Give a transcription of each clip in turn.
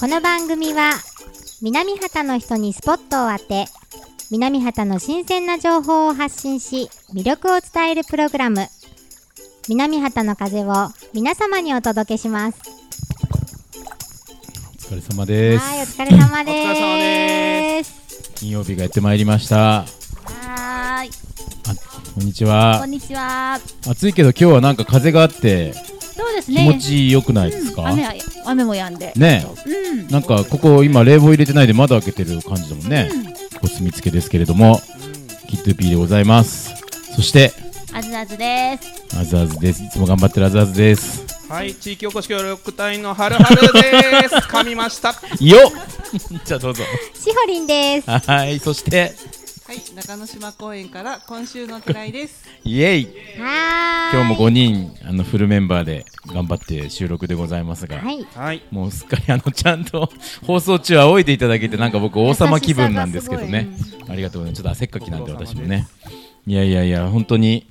この番組は南畑の人にスポットを当て南畑の新鮮な情報を発信し魅力を伝えるプログラム南畑の風を皆様にお届けしますお疲れ様です。はいお疲れ様でお疲れす金曜日がやってまいりました。はーい、こんにちはこん。にちは。暑いけど今日はなんか風があってそうです気ね。持ち良くないですうんか？雨は雨も止んで。ねうん。なんかここ今冷房入れてないで窓開けてる感じだもんね。お墨付けですけれども、キッドゥピーでございます。そしてあずあずです。アズアズです。いつも頑張ってるアズアズです。はい、地域おこし協力隊のはるはるです。噛みました。はいよっ じゃあどうぞ。しほりんですはい。そしてはい、中之島公園から今週の位です。イエイ。はーい今日も5人あのフルメンバーで頑張って収録でございますが。はいい。もうすっかりあのちゃんと放送中仰いでいただけてなんか僕王様気分なんですけどねありがとうございますちょっと汗っかきなんでご苦労様私もねいやいやいや本当に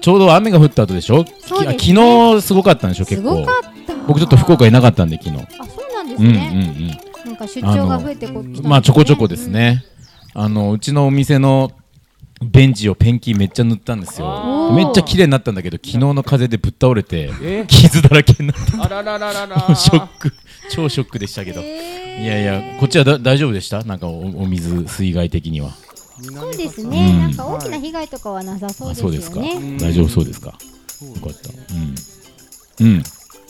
ちょうど雨が降った後でしょ、きそうですね昨日すごかったんでしょす結ご構かった僕ちょっと福岡いなかったんで昨日あそうなんですうんうんね、なんか出張が増えてこきたんでうすんねまあちょこちょこですねあのうちのお店のベンチをペンキめっちゃ塗ったんですよおーめっちゃ綺麗になったんだけど昨日の風でぶっ倒れてえ傷だらけになってあらららららもう ショック超ショックでしたけどえーいやいや、こっちはだ大丈夫でしたなんかおお水、水害的には。そうですね、うんなんか大きな被害とかはなさそうあですそようですか。ね大丈夫そうですか。よかった。うん。うん。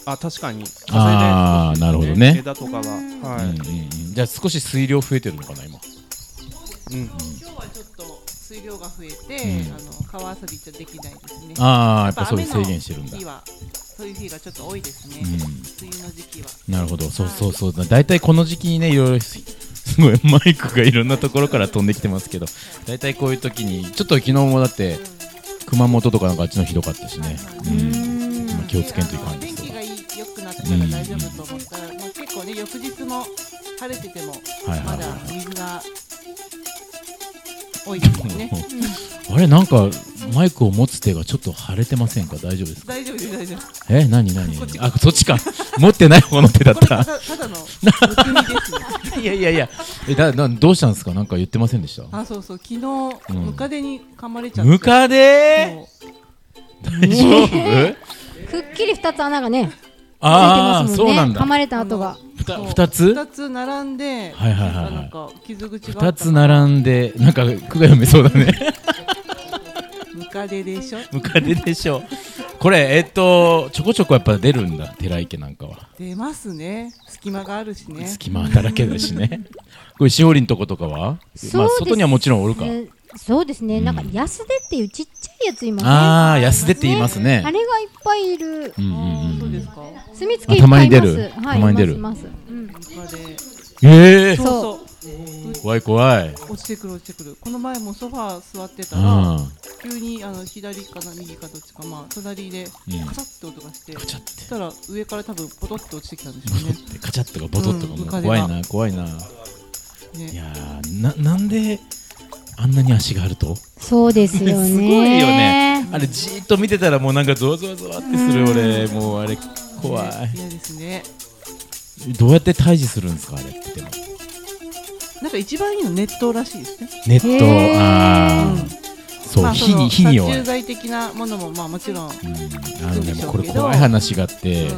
あ、確かに。風であーなるほどね枝とかは。うんはうんうんじゃあ少し水量増えてるのかな、今。い。うん。今日はちょっと水量が増えて、うんあの川遊びじゃできないですね。ああ、やっぱぱそう雨いうの制限してるんだ日。はそういう日がちょっと多いですね。う梅雨の時期は。なるほど。そうそうそう。だいたいこの時期にね、いろいろ、すすごいマイクがいろんなところから飛んできてますけど、だいたいこういう時に、ちょっと昨日もだって、熊本とかなんかあっちのひどかったしね。うん。まあ気をつけんといかんでであすけの天気どがいい良くなったから大丈夫と思ったら、もう結構ね翌日も晴れてても、はいはいはいまだ水が多いですもん ね。あれなんかマイクを持つ手がちょっと腫れてませんか大丈夫ですか大丈夫です大丈夫です。え何何何あそっちか 持ってない方の手だっこれたただた だのむくみですね。いやいやいや えだなどうしたんですかなんか言ってませんでしたあそうそう昨日、うんムカデに噛まれちゃって。ムカデもう大丈夫、くっきり二つ穴がねああ、出てますそもうんねなんだ噛まれた跡がふたそう二つ二つ並んで、はいはいはいはいなんか傷口があ二ったつ並んでなんか句が読めそうだね ムカデでしょムカデでしょこれえっとちょこちょこやっぱ出るんだ寺池なんかは出ますね隙間があるしね隙間だらけだしねこれしおりんとことかはまあ外にはもちろんおるかねそうですね、うんなんか安出っていうちっちゃいやついますねああ安出って言いますねあれがいっぱいいるうんあうんうんーそうですか住みつけいっぱいいますあたまに出るはい、たまに出るいますいますうんムカデええそうそう怖い怖い。そう落ちてくる落ちてくるこの前もソファー座ってたらう急にあの左かな右かどっちかまあ隣でん。カチャッて音がしてカそチャってし。たら上から多分ポトッと落ちてきたんでしょボトってカチャッとかボトッとかうん浮もかうれが怖いな怖いな。ういねねやーななんであんなに足があると？そうですよねすごいよね。あれじーっと見てたらもうなんかゾワゾワゾワってする俺もうあれ怖い。嫌ですねどうやって退治するんですかあれってでもなんか一番いいの熱湯らしいですねネットへーあうんあそうまあ火そのに火に弱い殺虫。剤的なものもまあもちろんうんあのねでしもょうこうけどれ怖い話があって。う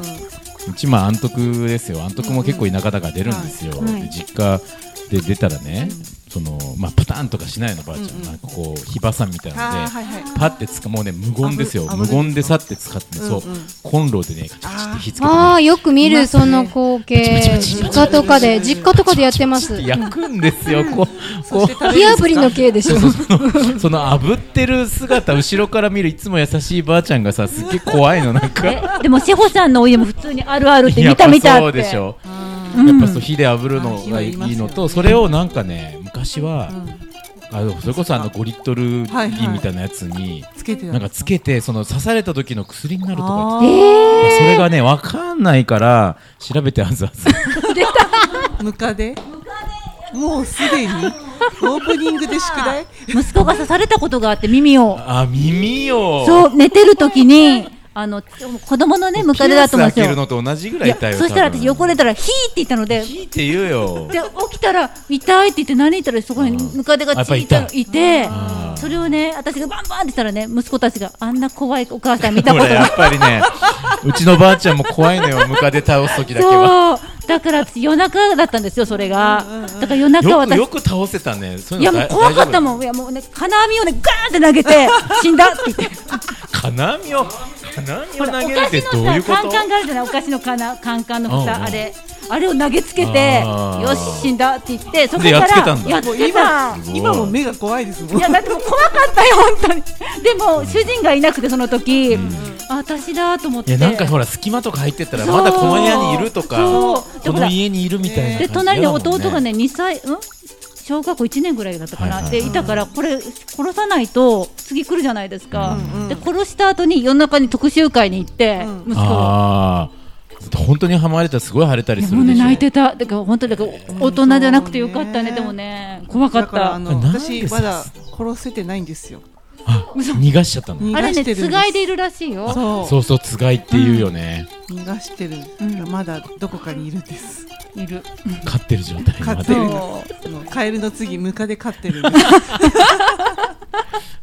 うちまあ安徳ですよ安徳も結構田舎だから出るんですよ、うんうんはいで実家で出たらね、そのまあパターンとかしないのばあちゃん、うんうんなんかこう火ばさみみたいん、あなあのではいはいパってつかもうね無言ですよあぶ無言でさって使って、うんそううんコンロでねカチャカチャって火つけてあねあよく見いるますそねの光バチ景バチ実バチバチ家とかで実家とかでやってます火焼くんですよ、こうこう炙りの刑でしょその炙ってる姿後ろから見るいつも優しいばあちゃんがさすっげえ怖いのなんかえ、 でも志保さんのお家も普通にあるあるってや見ったぱ見たって。そうでしょあうんやっぱそう火で炙るのがいあ火はいいりのますと、よねそれをなんかね昔は、ーうんあのそれこそあの5リットルはいはい瓶みたいなやつに、つけてなんかつけてその刺された時の薬になるとかあえー言っーてそれがね分かんないから調べてあずあずムカデもうすでにオープニングで宿題息子が刺されたことがあって耳を。あ耳よそう、寝てる時に、あの子供のねムカデだと思うんですピアス開けよるのと同じぐらいいや痛いよそしたら多分私横れたら「ヒー」って言ったのでいいって言うよで起きたら痛いって言って何言ったらそこにムカデがついたのあいてあそれをね私がバンバンってしたらね息子たちがあんな怖いお母さん見たこことれないやっぱりねうちのばあちゃんも怖いのよムカデ倒す時だけはそうだから私夜中だったんですよそれがだから夜中よく私よく倒せたねそういいやうのもうだ怖かったんもんいやもうね金網をねガーンって投げて死んだって言って金網を金網ほをら投おげる菓って子どうのいさうこカとンカンがあるじゃないお菓子のカナカンカンのうんうん蓋あれあれを投げつけてあーよし死んだって言ってそこかでらやっつけたんだやっつもうけた今すごい今も目が怖いですもんいやだってもう怖かったよ本当にでも主人がいなくてその時、あ私だと思っいてやなんかほら隙間とか入ってったらそうまだこの部屋にいるとかそうでこほのら家にいるみたいな感じで隣に弟がね2歳ん小学校1年ぐらいだったかな、はいはいはいでいたからこれ殺さないと次来るじゃないですか、うんうんで殺した後に夜中に特集会に行って、うん息子が。ああ本当にはまれたらすごい腫れたりいやすもるうでねしょ泣いてた、だから本当にだから大人じゃなくてよかったね、うんでもね、怖かだっからた。ああのなんで私まだ殺せてないんですよ逃がしちゃったの逃がれしてるんね、ですつがいでいるらしいよ。そうそうそうつがいっていうよね逃がしてる、うんまだどこかにいるんですいる。飼ってる状態飼まってでるんそですもうカエルの次ムカデ飼ってるんです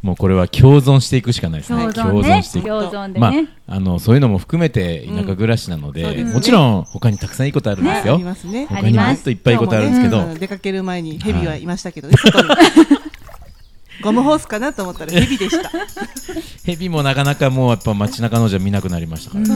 もうこれは共存していくしかないですね共存ね、していく共存でまあね。、あのそういうのも含めて田舎暮らしなので,、うんそうですねもちろん他にたくさんいいことあるんですあよ、りますね他にもありますもっといっぱいいいことあるんですけど、今日もねうん出かける前にヘビはいましたけどね、 外にゴムホースかなと思ったらヘビでした。ヘビもなかなかもうやっぱ街中のじゃ見なくなりましたからね、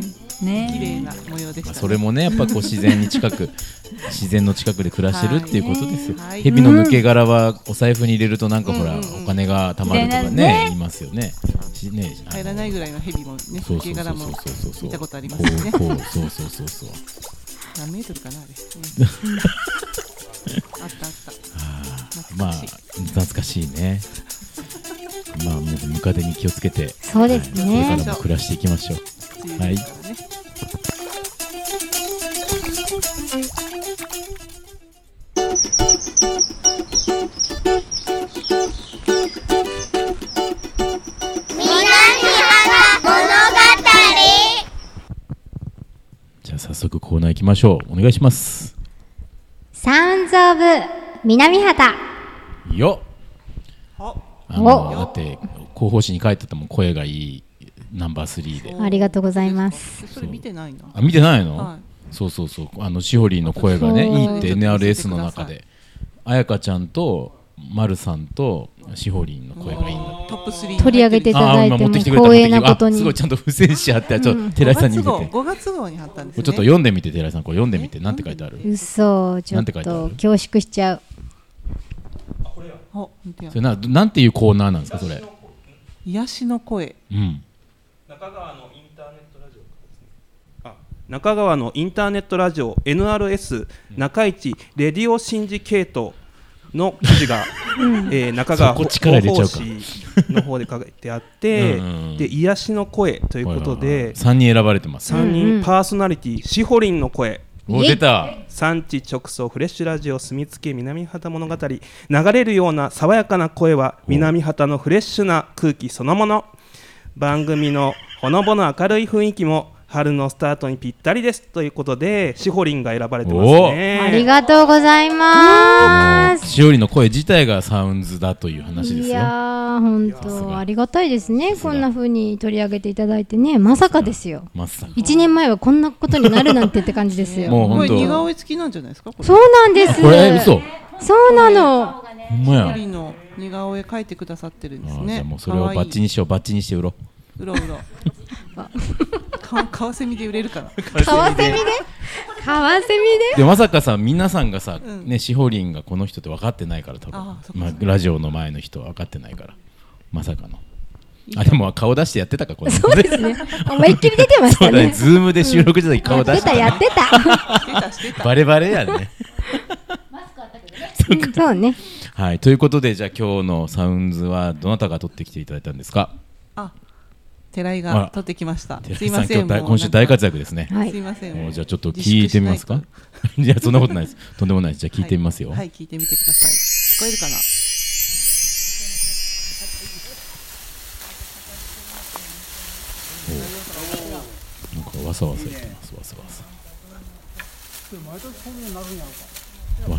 ね、綺ね。麗な模様でしまた、あ、ね。それもねやっぱこう自然に近く 自然の近くで暮らしてるっていうことですよ、はいはいヘビの抜け殻はお財布に入れるとなんかほら、うんうんうんお金が貯まるとかね入れないね言いますよねしねあの入らないぐらいのヘビもね、そうそ抜けうそう殻もそうそう見たことありますよね。こうこうそうそうそうそう何メートルかな あれ。うんあったあった。まあ懐かしいね。まあ皆さんムカデに気をつけて、そうですねはいこれからも暮らしていきましょう。梅雨ですからね。じゃあ早速コーナー行きましょう。お願いします。サウンズオブ南畑よああのおだって広報誌に書いてたもん声がいいナンバースリーで。ありがとうございます。それ見てないな。あ見てないの、はいそうそうそうあのしほりーの声がねいそういってちょっと見せ NRS てくださいの中で彩香ちゃんとまるさんとしほりーの声がいいんだってトップ3取り上げていたあだーい今て持もってきてくれた持っ光て栄きてなことあすごいにちゃんと付箋紙あってちょっと寺井さんに見てて、こ5月号に貼ったんですれね。ちょっと読んでみて寺井さんこれ読んでみてなんて書いてある嘘ちょなっんて書いてあとる恐縮しちゃうお見てよそれななんていうコーナーなんですかそれ癒しの声。うん中川のインターネットラジオあ中川のインターネットラジオ NRS 中市レディオシンジケートの記事が、えー中川そこ力入れちゃうか報の方で書いてあっうてんうんうんで癒しの声ということで3人選ばれてます3うんうん人パーソナリティしほりんの声お出た産地直送フレッシュラジオ住みつけ南畑物語流れるような爽やかな声は南畑のフレッシュな空気そのもの番組のほのぼの明るい雰囲気も春のスタートにぴったりですということでしほりんが選ばれてますねありがとうございますしおりの声自体がサウンズだという話でいすよやー本当ありがたいですねこんな風に取り上げていただいてねまさかですよまさか1年前はこんなことになるなんてって感じですよもうこ本れ似当顔絵付きなんじゃないですかこれ。そうなんですこれ嘘そうなのほんまや一人の似顔絵描いてくださってるんあでーすじゃねあ。もうそれをバッチにしようバッチにして売ろううろう ろ。かカワセミで売れる かな。カワセミでカワセミででまさかさ皆さんがさ、ねしほりんがこの人って分かってないから多分あーそっかまあ、ラジオの前の人は分かってないからまさかのあでも顔出してやってたかこれそうですね思いっきり出てましそたうだねねズームで収録した時や顔っ出てしてたたやってたしてたしてた。バレバレやねうんそうねはい、ということでじゃあ今日のサウンズはどなたが取ってきていただいたんですか。あ、寺井あらが取ってきました。寺す井いさまんせ今日ん。もう大今週なん大か活躍ですね。はすいいません。ももううじゃあちょっと聞いてみますか 自。いやそんなことないです。とんでもないです。じゃあ聞いてみますよ。はい、はい聞いてみてください。聞こえるかな。おわさわさ言ってますわさわさわさわさ慣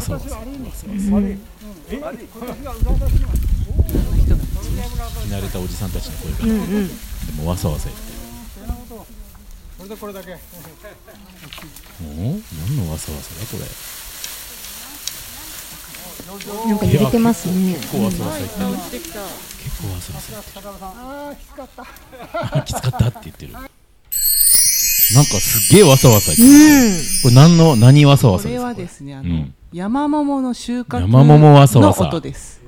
れたおじさんたちの声が、でもわさわさ言ってこれでこれだけお何のわさわさだこれなんか揺れてますね。結構わさわさ言ってる、結構わさわさ言ってるあーきつかったきつかったって言ってるなんかすっげえわさわさ言ってる、これ何の何わさわこさでれすはかですね、あうのん、山桃の収穫山桃わさわのさ音です。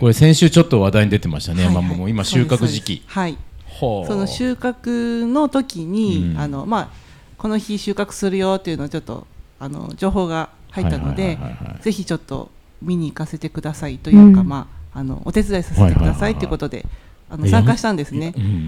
これ先週ちょっと話題に出てましたね、はい山桃今収穫時。そうで期すはい。ほうその収穫の時うに、んあのまあこの日収穫するよっていうのをちょっとあの情報が入ったのはいではいはいはいはい、ぜひちょっと見に行かせてくださいというか、うんまああのお手伝いさせてくださいということで、あの参加したんですねう。んうんうんう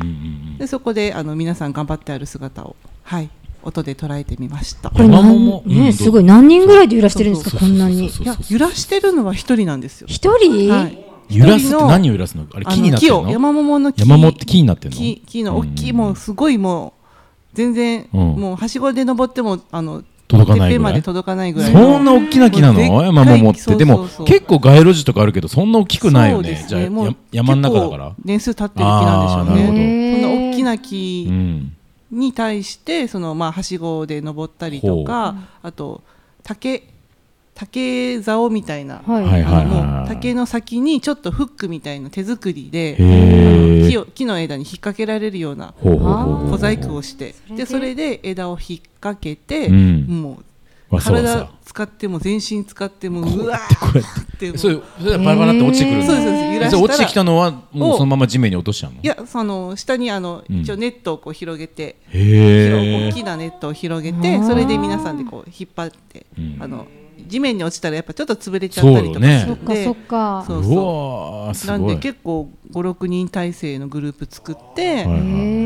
んでそこであの皆さん頑張ってある姿をはい音で捉えてみました。これ山何桃、うんね、すごい何人ぐらいで揺らしてるんですそか、うそこうんなにそ。ういそやうそう揺らしてるのは一人なんですよ。一人、はい。揺らすって一人の何を揺らすのあれあ木になのって木るをの山桃の木山桃って木になってんの木木の大きい、うんもうすごいもう全然、うんもうはしごで登ってもあの届かないてっぺぐんまらでい届かないぐらいのそんな大きな木なのでっかい山桃ってでそもうそうそう結構街路樹とかあるけどそんな大きくないよそうでねすじゃあやもう山の中だから結構年数経ってる木なんでしょうなるほどねへそんな大きな木うんに対してそのまあはしごで登ったりとかあと竹竹竿みたいな、はいはいはいあのもうはい竹の先にちょっとフックみたいな手作りでへ木えを木の枝に引っ掛けられるようなほうほうほうほう小細工をしてれででそれで枝を引っ掛けて、うんもうわさわ体さ使っても全身使ってもうわこうやっーってもてうそれそれでパラパラって落ちてくるんだそうですそうです揺らしじたゃらあ落ちてきたのはもうそのまま地面に落としちゃうのいやその下にあのうん一応ネットをこう広げて、へ大えきなネットを広げあてーそれで皆さんでこう引っ張って、うんあの地面に落ちたらやっぱちょっと潰れちゃったりとかすそるっんか、で、そっか。そううそわーうすなんごいで結構56人体制のグループ作っはて、いでへ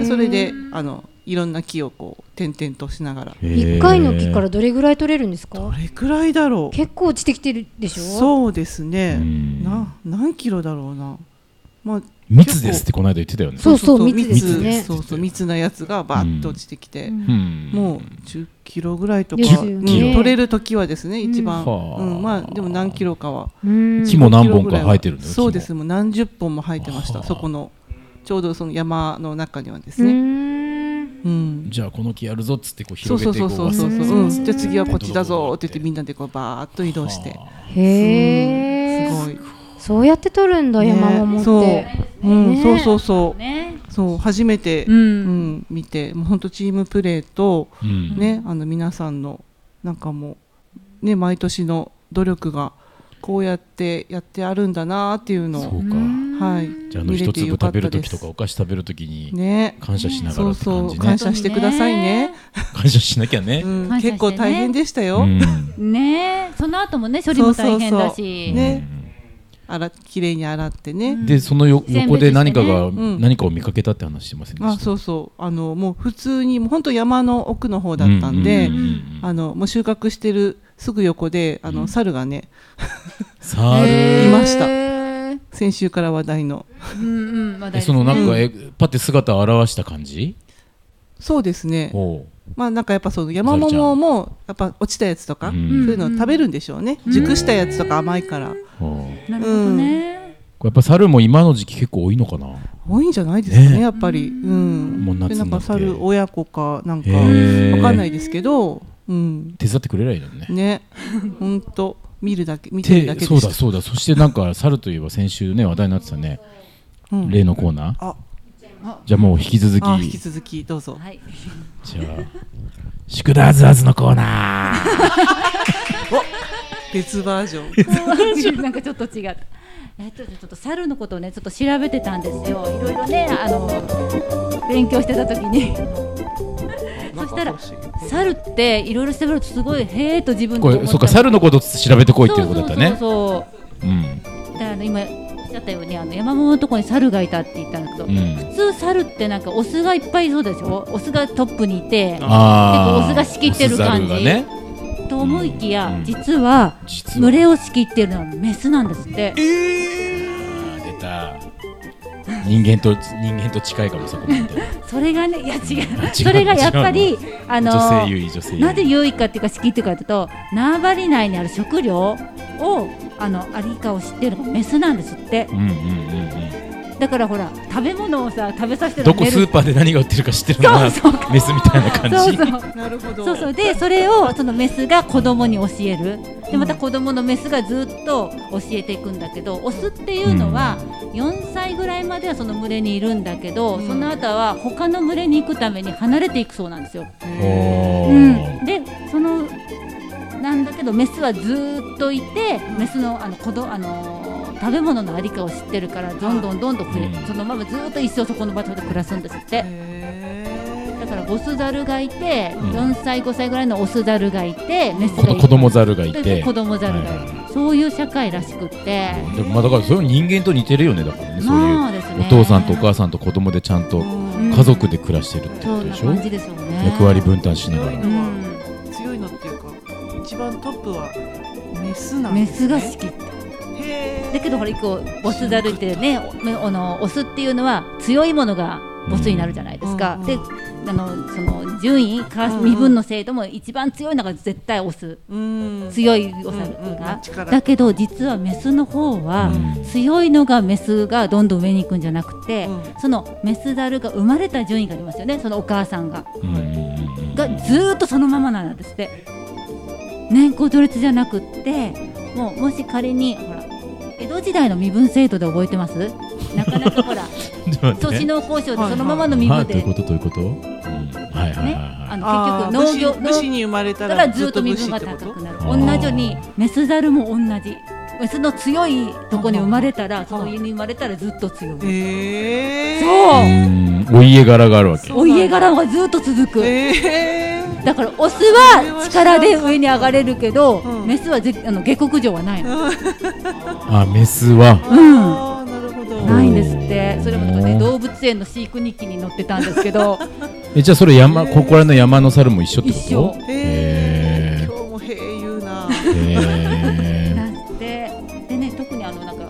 ーそれであのいろんな木をこう点々としながらへー一回の木からどれぐらい取れるんですかど。れくらいだろう結構落ちてきてるでしょそうですねう。んな何キロだろうな。まあ密ですってこの間言ってたよねそうそう密ですねそうそう密なやつがバーッと落ちてきて、うんもう10キロぐらいとか、ですよねうん取れる時はですね一番、うんうんはあまあでも何キロかはうーん。木も何本か生えてるんだよそうで木すもう何十本も生えてましはたあそこのちょうどその山の中にはですうね、ーん。うんもじゃあこの木やるぞっつってこうそう広げそうてそこううそうそうそわさう、うわさん、じゃあ次はこっちだぞって言ってみみんなでこうバーッと移動してへえ。すごい、そうやって取るんだ、ね山桃って。そううんねそうそうそうねそう初めて、ううんん見てもう本当チームプレーと、ねあの皆さんのなんかもう、ね、毎年の努力がこうやってやってあるんだなっていうのそをうかはいじゃああの見れ一て粒よか食っべたるで時とかすお菓子食べる時にね感謝しながそらうって感そうじね感謝してくださいね感謝しなきゃねうん感謝してね結構大変でしたよ、うんねえその後もね処理も大変だしねあら綺麗に洗ってね、でそのよ横で何かがん何かを見かけたって話してませんであしたそうそうあのもう普通にもう本当山の奥の方だったんで、うううんあのもう収穫してるすぐ横であの、猿がね猿いましたへえ先週から話題のうんうん話題えですねそのなんかえパって姿を現した感じそうですねおうまあなんかやっぱその山桃もやっぱ落ちたやつとか、うそういんうのを食べるんでしょうね、熟したやつとか甘いからおうなるほどねこれやっぱ猿も今の時期結構多いのかな多いんじゃないですかねねやっぱりうんもう夏でにななってんか猿親子かなんかへわーかんないですけどうん手伝ってくれないよねねほんと見るだけ見てるだてけでそうしただそうだそしてなんか猿といえば先週ね話題になってたね、うん例のコーナーあじゃあもう引き続きあ引き続きどうぞはいじゃあ「宿題あずあず」のコーナ ー別バージョ ンなんかちょっと違った。えっと、ちょっと猿のことをね、ちょっと調べてたんですよ。いろいろね、あの、勉強してた時に。そしたら、猿っていろいろ調べると、すごい、へえと自分でこ思ったれそうか猿のこと調べてこいっていうことだったねそうそうそううんそう。で、あの、今、おっしゃったように、あの、山桃のところに猿がいたって言ったんだけど。うん普通猿ってなんかオスがいっぱいいそうでしょオスがトップにいてあ結構オスが仕切ってるオ感じス猿がねと思いきや、うん実は実は群れを仕切ってるのはメスなんですって出た人間と人間と近いかもそこまでそれがねいあ違うや違う それがやっぱ違りうあの女性優位女性優位なぜ優位かっていうか好きっていうかというと縄張り内にある食料をあのアリイカを知ってるのがメスなんですってうんうんうんうんだからほら食べ物をさ食べさせてどこスーパーで何が売ってるか知ってるのはそうそうメスみたいな感じそうそうなるほどそうそうでそれをそのメスが子供に教えるでまた子供のメスがずっと教えていくんだけどオスっていうのは4歳ぐらいまではその群れにいるんだけど、うんその後は他の群れに行くために離れていくそうなんですよ。へおうーん、でそのなんだけどメスはずーっといてメスのあの子どあのー食べ物のありかを知ってるからどんどんどんどん増えうんそのままずーっと一生そこの場所で暮らすんですって。えだからボスザルがいて、うん4歳5歳ぐらいのオスザルがいて、メスがいこて子供ザルがいでて子供ザルがいる、はいはいそういう社会らしくって、でもまあだからそれも人間と似てるよねだからねそういううですお父さんとお母さんと子供でちゃんとうん家族で暮らしてるってこそとんでなしょ感じでしょうね役割分担しながらう強いのっていうか一番トップはメスなんんメです、スね、が好きへだけどほら一個ボスザルってねおあのオスっていうのは強いものがボスになるじゃないですか、うんであのその順位かうんうん身分の制度も一番強いのが絶対オスうん強いお猿うんうんが、力だけど実はメスの方は、うん強いのがメスがどんどん上に行くんじゃなくて、うんそのメスザルが生まれた順位がありますよねそのお母さんがうんうんうんうんがずーっとそのままなんですって年功序列じゃなくってもうもし仮にほら江戸時代の身分制度で覚えてますなかなか ほらちょっと待って年ねの交渉でそのままの身は分いで、どういうことどういうことうんはいはいはいねはあいあーの結局農業武士武士に生まれだたかららずっと身分が高くなるあー同じようにメスザルも同じメスの強いとこに生まれたらその家に生まれたらずっと強い、えそううんお家柄があるわけお家柄がずっと続く、えーだからオスは力で上に上がれるけど、うんメスはぜあの下克上はないの、あメスはあーなるほどんないんですっておーそれもなんか、ね、動物園の飼育日記に載ってたんですけど えじゃあそれ山ここらの山の猿も一緒って一こ緒とへえー、今日もへえ言うなえへだえってでね特にあのなんか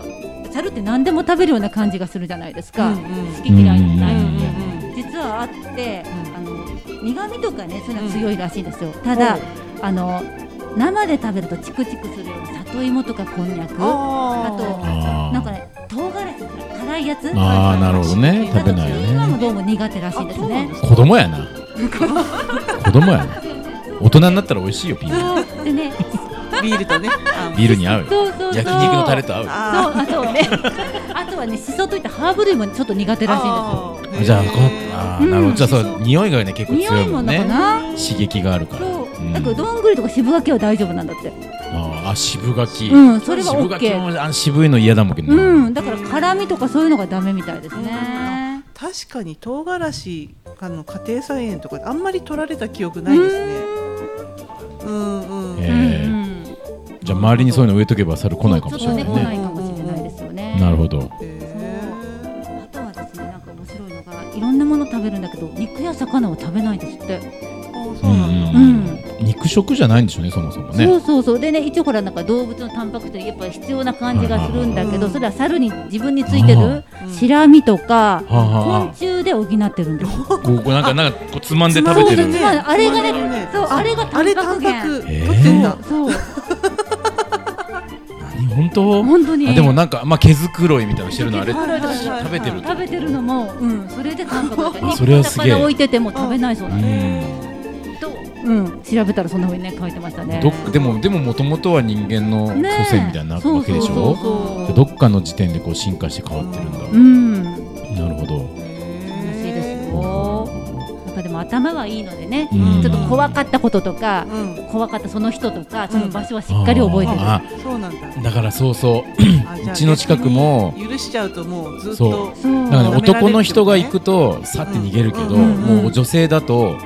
猿って何でも食べるような感じがするじゃないですか、うんうん好き嫌いないうんんで、う実はあって、うんあの苦味とかねそういうのは強いらしいんですよ、ただほうあの生で食べるとチクチクするような里芋とかこんにゃくああーとあ なんかあね、唐辛子とか辛いやつ。あーなるほどね食べないよね今もどうも苦手らしいですね。子供や な子供やな大人になったら美味しいよピーマンそうでね、ビールとねあビールに合うよそうそうそう。焼肉のタレと合うよそう、ああと ね、あとはね、しそといったハーブ類もちょっと苦手らしいんーじゃあこあーなるほどじゃあそう匂いがね結構です強よ。い匂いももんのかねな。刺激があるからそうう、んだからどんぐりとか渋柿は大丈夫なんだって。あーあ渋柿うん、それはオ渋ッケ柿ー。もあの渋いの嫌だもんけどうねん、だから辛味とかそういうのがダメみたいですね。確かに唐辛子あの家庭菜園とかあんまり取られた記憶ないですねうんうんへえうーん、うん。じゃあ周りにそういうの植えとけば猿来ないかもしれないちょっとね、来ねないかもしれないですよね。なるほどへあとはですね、なんか面白いのが、いろんなもの食べるんだけど、肉や魚は食べないんですって。ーあそうなんだうん肉食じゃないんでしょうねそもそもねそうそうそう、でね、一応ほら、なんか動物のタンパク質でやっぱ必要な感じがするんだけうど、んそれは猿に自分についてるうん白身とか。はあはあ昆虫で補ってるんです。こうこうなんかなんかこうつまんで食べてつまんるでねまああれがそうだねね、そう、あれがタあンれパタクンパク源。取ってんだそう、何本当本当に。あでもなんかまあ毛づくろいみたいなのしてるのあれはいはいはい食べてる食べてるのも、うん、それでタンパク源。それはすげえ肉と魚置いてても食べないそうなんでへす。と、うん、調べたらそんな風にね、書いてましたね。どっでもでも元々は人間のねえ祖先みたいなわけでしそうょそうそうそうどっかの時点でこう進化して変わってるんだうん、なるほど楽しいでえすよ。やっぱでも頭はいいのでね、うんちょっと怖かったこととか、うん怖かったその人とか、その場所はしっかり覚えてる。あそうなんだだからそうそうあうちの近くも許しちゃうともうずっそとそうだからね舐められてる男の人が行くとさって逃げるけどうんうんうんもう女性だと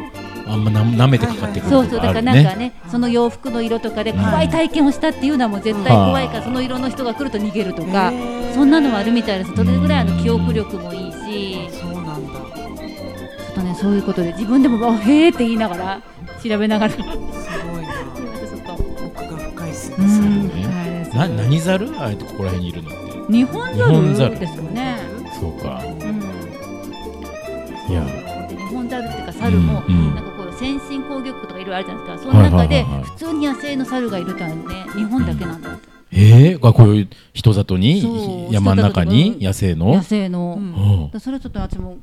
あんまな舐めてかかってくるそこうそとうがだあからるなんかねねその洋服の色とかでうん怖い体験をしたっていうのはもう絶対怖いからその色の人が来ると逃げるとかへーそんなのはあるみたいですそれぐらいあの記憶力もいいしちそうなんだょっとねそういうことで自分でもあへーって言いながら調べながらちょっすごいなと奥が深いっすねうんねはいな何ザルあえてここら辺にいるのって日本日本ザザルルですかねそうそうかうんいやで日本猿っていうか猿も、うんうんなんかこう先進工業区とかいろいろあるじゃないですかその中はでいはいはいはい普通に野生の猿がいるからね日本だけなんだって、ええがこういう人里にそう山の中に人里とか野生の野生の、うんうんだそれはちょっと私も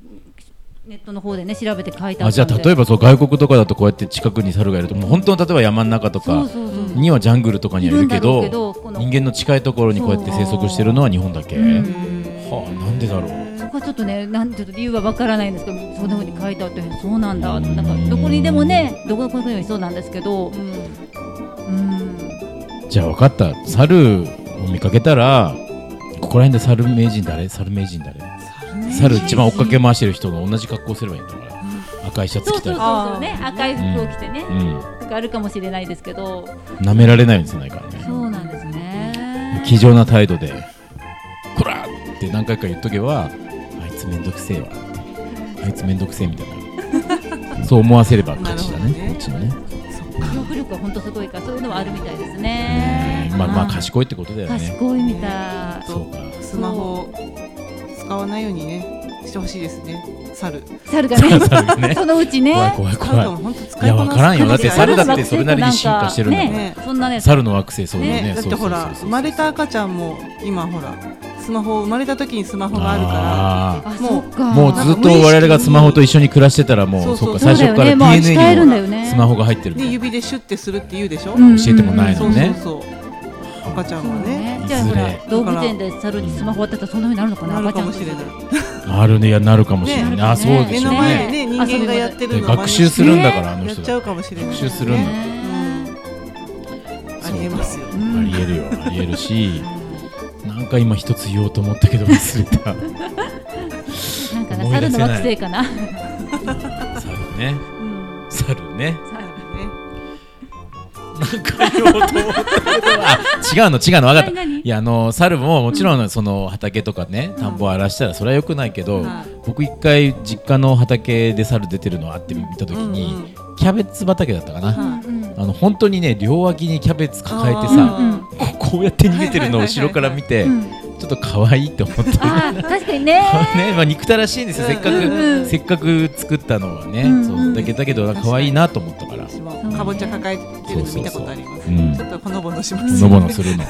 ネットの方でね調べて書いてあったんであじゃあ例えばそう外国とかだとこうやって近くに猿がいるともう本当の例えば山の中とそうかそうそうにはジャングルとかにはいるけいるんだろどうけどこの人間の近いところにこうやって生息してるのは日本だけ、うんはあなんでだろうそこはちょっとね、なんちょっと理由はわからないんですけど、そんな風に書いてあって、そうなんだ。なんかどこにでもね、どこの国にもいそうなんですけど、うん、じゃあ分かった猿を見かけたらここら辺で猿名人誰猿名人誰猿一番追っかけ回してる人の同じ格好すればいいんだから、赤いシャツそう着そたうそうりそうね、赤い服を着てね、うんとかあるかもしれないですけど、舐められないようにせないからねそうなんですね。気丈な態度で「こら!」って何回か言っとけばあいつめんどくせえわあいつめんどくせえみたいなそう思わせれば勝ちだねなるこっちのね記憶力は本当すごいから、そういうのはあるみたいですえね。ーまあまあはい賢いってことだよね賢いみたい。そうかスマホを使わないようにねしてほしいですね猿猿が ね、猿がねそのうち怖いね、怖い使うとも怖本当使いいいやこな分すからんよだって猿だのっ惑てそ星れなりに進化してるんだから、ねそんなね、猿の惑星そうだよねね、だっそうてそうそほうらそ生うまれた赤ちゃんも今ほらスマホ生まれた時にスマホがあるかああ、もそうっか。ーもうずっと我々がスマホと一緒に暮らしてたらもそううそそううかそ最うだ初よからね、もう DNA 扱えるんだによね。スマホが入ってるみらでたいな指でシュッてするって言うでしょ、うん教えてもないそのうそうねそう赤ちゃんはねじゃあほいずられ動物園で猿にスマホ渡ったらそんな風になるのかななの赤ちかゃんもとしれないあるねいやなるかもしれない、ねあそうで目しょのう前ねでねね人間がやってるのを学習するんだからあのやっ人ちだゃっうてかもしれない学習するんだねありえますよそうかありえるよありえるしなんか今一つ言おうと思ったけど忘れたなんかな思い出猿せのない惑星かな猿ねうん猿ねねなんか言おうと思ったけどあ違うの違うの分かった 何いやあの猿ももちろんその畑とかね田んぼ荒らしたらそれは良くないけどはい僕一回実家の畑で猿出てるのあって見た時うんにキャベツ畑だったかなはうんうんあの本当にね両脇にキャベツ抱えてあさ ーこうやって逃げてるのを後ろから見てうんちょっと可愛いって思ったあー確かにね ねまあ、憎たらしいんですよ、せっかく、ううんんせっかく作ったのはね、うんうんそうだけだけど可愛いなと思ったから、私もかぼちゃ抱えてるの見たことありまそうすそうそううんちょっとほのぼのしまほすのぼのするの。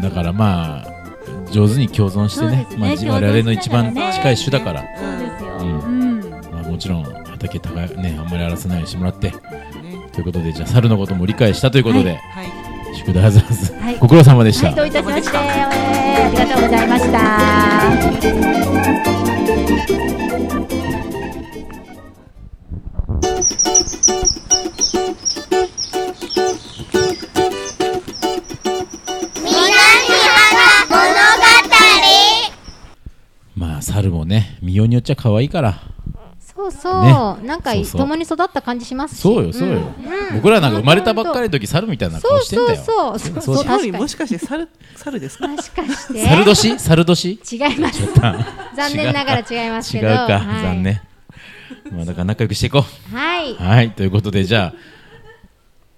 だからまあ上手に共存してそうねで、すまねあ共存しながら我ね々の一番近い種だから、そうですよううんんまあもちろん畑高いねあんまり荒らさないようにしてもらってねということでじゃあ猿のことも理解したということで、はい宿題ハザーズ、はいご苦労様でした。はいどういたしましてありがとうございました南原物語まあ猿もね見ようによっちゃ可愛いから。そうそう、ねなんかそうそう共に育った感じしますしそうよそうよ、僕らなんか生まれたばっかりの時猿みたいなそ顔うしてんそだうよ。そうそうそうそう確料か理にもしかして猿猿ですかもしか して猿年猿年違います 残念ながら違います違けうどか、はい、残念。まあだから仲良くしていこう。はいはい、ということで、じゃあ、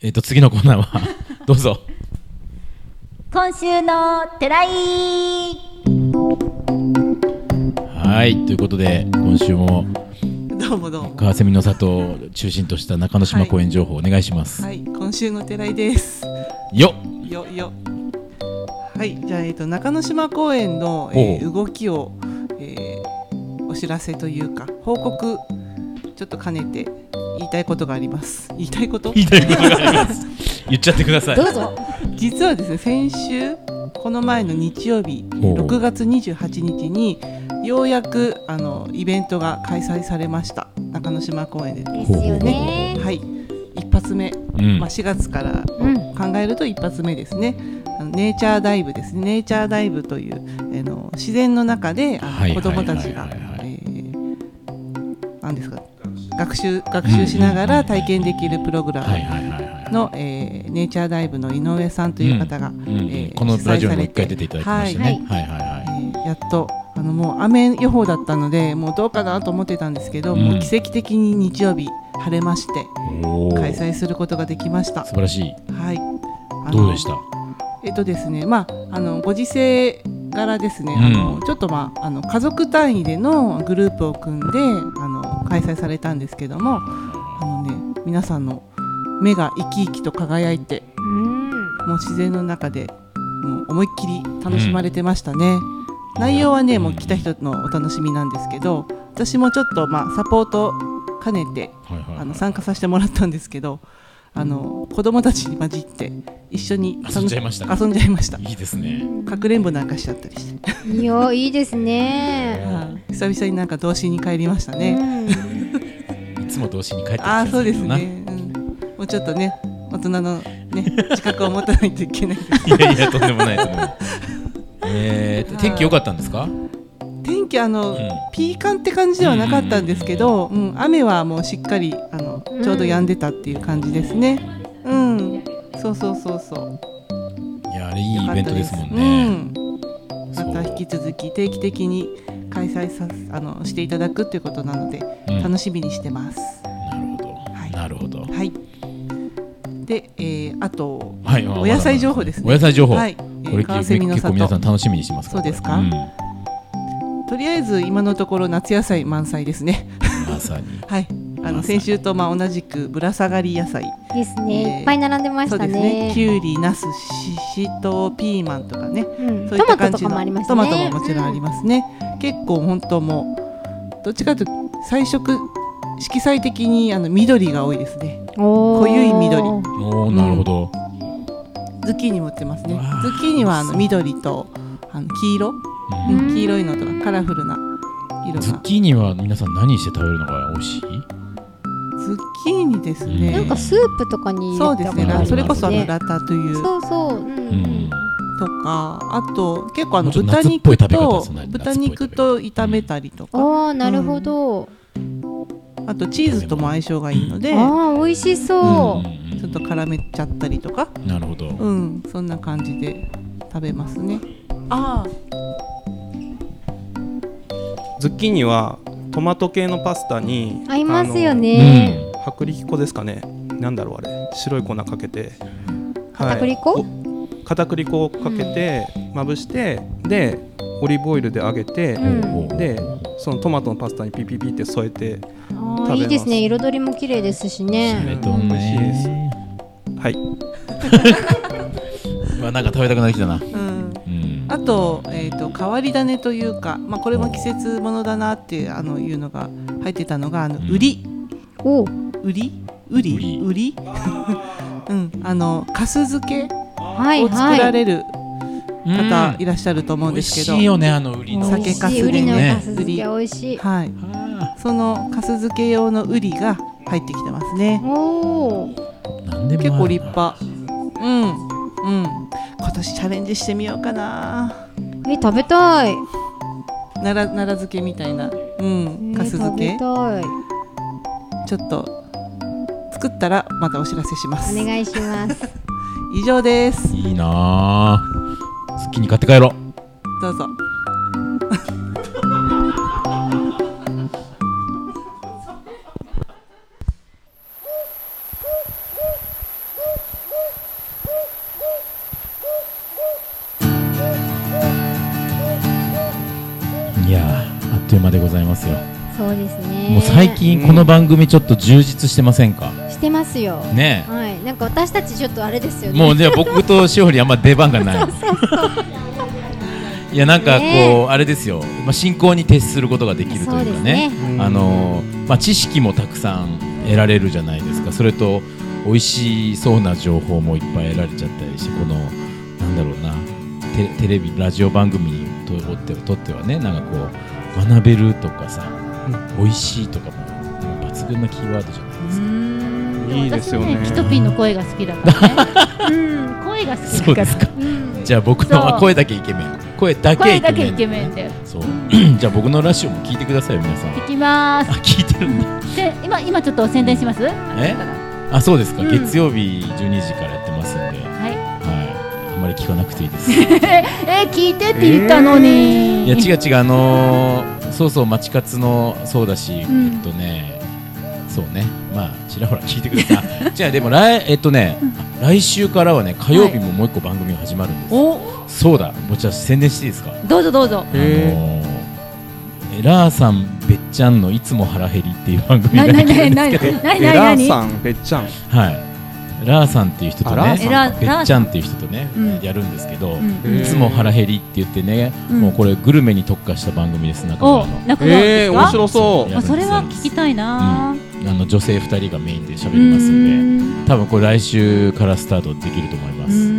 えっ、と、次のコーナーは、 どうぞ。今週のテライはい、ということで、今週も、どうもどうも川蝉の里を中心とした中之島公園情報お願いします。はい今週の寺井ですよよよはいじゃあ、えっと中之島公園の、えーお動きを、えーお知らせというか報告ちょっと兼ねて言いたいことがあります言いたいこと言いたいことがあります。言っちゃってください。どうぞ 実はですね先週この前の日曜日おう6月28日にようやくあのイベントが開催されました中之島公園で、ですよねはい一発目、うんまあ、4月からうん考えると一発目ですね、あのネイチャーダイブですねネイチャーダイブという、えーの自然の中であのはい子どもたちがはいはいはいはいえー何ですか学習学習しながら体験できるプログラムはいはいはいはい。の、えーネイチャーダイブの井上さんという方が、うんえーこのラジオにも一回出ていただきましたね。主催はいはいはい。えーやっとあのもう雨予報だったのでもうどうかなと思ってたんですけど、うんもう奇跡的に日曜日晴れましておー開催することができました。素晴らしい。はい。あのどうでしたえっとですね、まああのご時世柄ですね、うんあのちょっと、まあ、あの家族単位でのグループを組んであの開催されたんですけどもあの、ね、皆さんの目が生き生きと輝いてもう自然の中でもう思いっきり楽しまれてましたね、内容はねもう来た人のお楽しみなんですけど私もちょっと、まあ、サポート兼ねてはいはいあの参加させてもらったんですけどあの子供たちに混じって一緒に遊んじゃいました遊んじゃいましたいいですね。かくれんぼなんかしちゃったりして、いやいいですね。はい久々になんか童心に帰りましたうね、ん、いつも同心に帰ってきてああそうですなね、うんもうちょっとね大人の ね資格を持たないといけないいやいや、とんでも ないとんでもない。えー、天気良かったんですか。天気あの、うんピーカンって感じではなかったんですけど、うん雨はもうしっかりあのちょうど止んでたっていう感じですねうん、そうそうそうそういや、あれいいイベントですもんうね。んそまうた引き続き定期的に開催さあのしていただくっていうことなので、うん楽しみにしてます。なるほど。はいなるほど。はい。で、えー、あと、はい、お野菜情報ですね。お野菜情報。はい。えこー、れ川蝉の結構皆さん里。楽しみにしてますからそうですかんとりあえず今のところ夏野菜満載ですね。まさに。はい。あの先週とまあ同じくぶら下がり野菜。ですえーね。いっぱい並んでまそしうたですね。ね。きゅうり、ナス、ししとう、ピーマンとかね。うんトそういっマた感トとじのかもありますね。トマトももちろんありまますね、結構本当もうどっちかというと彩色色彩的にあの緑が多いですねす。おー濃ゆい緑おお、なるほど。ズッキーニも売ってますねわあズッキーニはあの緑とあの黄色、ううんん黄色いのとかカラフルな色がズズッキーニは皆さん何して食べるのが美味しい。ッキーニですうなねんかスープとかにそう入でれたすことありねなまんかそれこそあのねラタトゥイユとそうそう。うんううんん。かあと結構あのもうちょっと豚夏っぽい肉食べ方でとすね豚肉と炒めたりとか、ああなるほど。あとチーズとも相性がいいのでちああ美味しそうう。んょっと絡めちゃったりとかうんなるほど。うん、そんな感じで食べますね。あズッキーニはトマト系のパスタに合いますようね。ん。あの薄力粉ですかねなんだろうあれ白い粉かけて片栗粉はいお片栗粉をかけて、まぶしてでオリーブオイルで揚げて、うんでそのトマトのパスタにピピピって添えあて食べあまいすいですね。彩りも綺麗ですしね。冷凍ね。はい、うわ、なんか食べたくなってきたな。うん、うん。あと,、えー、と変わり種というか、まあ、これも季節ものだなっていうあのいうのが入ってたのがあのうんウリおうウリウリ ウリうんあのかす漬けはいを作はらい。れるうん方いらっしゃると思うんですけ美ど、味しいよねあのウリの酒粕美味しいでウリのねカス漬け美味しい。はい、あそのかす漬け用のウリが入ってきてますね。おお。ーなんでもある結な構立派うんうん今年チャレンジしてみようかなえ食べたい。奈良奈良漬けみたいなうんえかす食漬べけたい。ちょっと作ったらまたお知らせしますお願いします。以上ですいいなあズッキーニ買って帰ろうどうぞいやーあっという間でございますよ、そうですね。もう最近この番組ちょっと充実してませんかしてますよ。ねはい。なんか私たちちょっとあれですよえね。もうじゃあ僕としおりあんま出番 がないいやなんかこう、ねあれですよ、まあ、進行に徹することができるとそういうでかすねね。あのーまあ、知識もたくさん得られるじゃないですかそれと美味しそうな情報もいっぱい得られちゃったりしてこのなんだろうなテテレビラジオ番組にとってとってはねなんかこう学べるとかさ、美味しいとかも抜群なキーワードじゃないですか。いいですよね私ねキトピンの声が好きだか らねうん声が好きそうだかですからうんじゃあ僕のそうあ声だけイケメン声だけ声イケだメけインケメンでそう じゃあ僕のラジオも聞いてくださいよ皆さん行きまあ聞いてるんだすで今今ちょっと宣伝しますえあそうですか、うん月曜日12時からやってますんではいはいあんまり聞かなくていいですえ聞いてって言ったのにいや違う違うあのー、そうそう町活のそうだし、うんえっとねそうねまあちらほら聞いてくれた じゃあでも来えっとね、来週からはね火曜日ももう一個番組が始まるんです、おそうだもうじゃあ宣伝していいですかどうぞどうぞあのーエラーさんべっちゃんのいつも腹減りっていう番組がななでなきるんなですけどなえななラにーさん、べっちゃん。はいラーさんっていう人とあラねーさんラーべラっーちゃんっていう人とねうんやるんですけど、うんえいつも腹減りって言ってね、うんもうこれグルメに特化した番組です中村おの中村でえすー、か面白そう。やあるんですよそれは聞きたいなあの女性2人がメインで喋うりますんでん多分これ来週からスタートできると思います、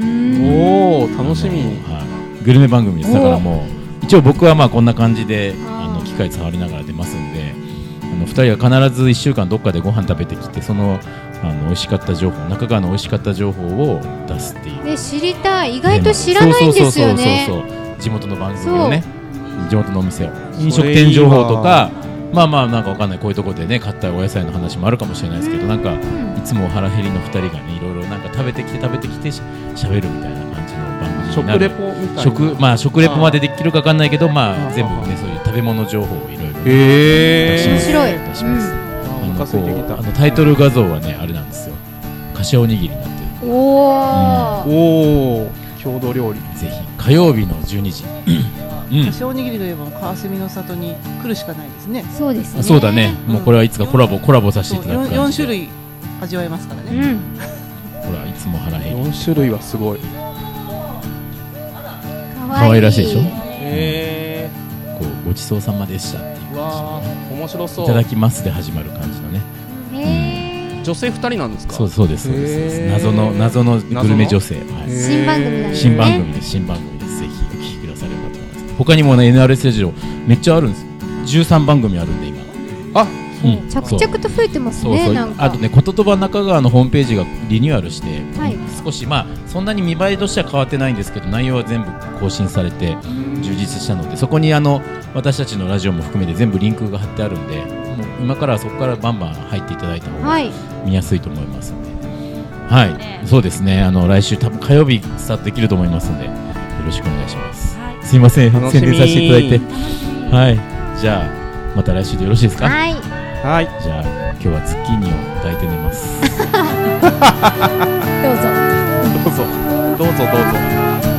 おお、楽しみ。あのはい、グルメ番組ですだからもう一応僕はまあこんな感じでああーの機械触りながら出ますんであの2人は必ず1週間どっかでご飯食べてきてそのあの美味しかった情報中川の美味しかった情報を出すっていうで知りたい意外と知らないんですよねそうそうそうそうそう地元の番組をね地元のお店をそれ飲食店情報とかまあまあなんかわかんないこういうとこでね買ったお野菜の話もあるかもしれないですけどなんかいつもお腹減りの2人がねいろいろなんか食べてきて食べてきてししゃべるみたいな感じの番組になる食レポみたいな。食まあ食レポまでできるかわかんないけどまああー全部ねそういう食べ物情報をいろいろへ私え。面白い、う出しますん、ああおの腹こ空いてうきたあ。のタイトル画像はねあれなんですよ菓子おにぎりになっておお、おお、郷土料理。るぜひ火曜日の12時 うん私おにぎりといえば川蝉の里に来るしかないですねそうですねあそうだね、もうこれはいつかコラボコラボさせていただく感じで4種類味わえますからうね、んほらいつも腹減り四種類はすごい。可可愛らしいでしょへこうごちそうさまでしたっていうえ。わあ、面白そいたうだ。きますで始まる感じのねへー女性二人なんですか。そうそうですそうですそうですへー謎の謎のグルメ女性はいへー新番組だね新番組です新番組ですぜひお聞きくださればと思います他にもね NRS ラジオめっちゃあるんです13番組あるんで今あ、うん着々と増えてますそうねそうなんかあとね「こととば中川」のホームページがリニューアルして、はい少しまあそんなに見栄えとしては変わってないんですけど内容は全部更新されて充実したのでそこにあの私たちのラジオも含めて全部リンクが貼ってあるんでもう今からはそこからバンバン入っていただいた方がはい見やすいと思いますので、はい、そうですね。あの来週多分火曜日スタートできると思いますので、よろしくお願いします。すいません、楽しみ宣伝させていただいて、はい、じゃあまた来週でよろしいですか？はいはい。じゃあ今日はズッキーニを抱いて寝ます。どうぞどうぞ。どうぞどうぞ。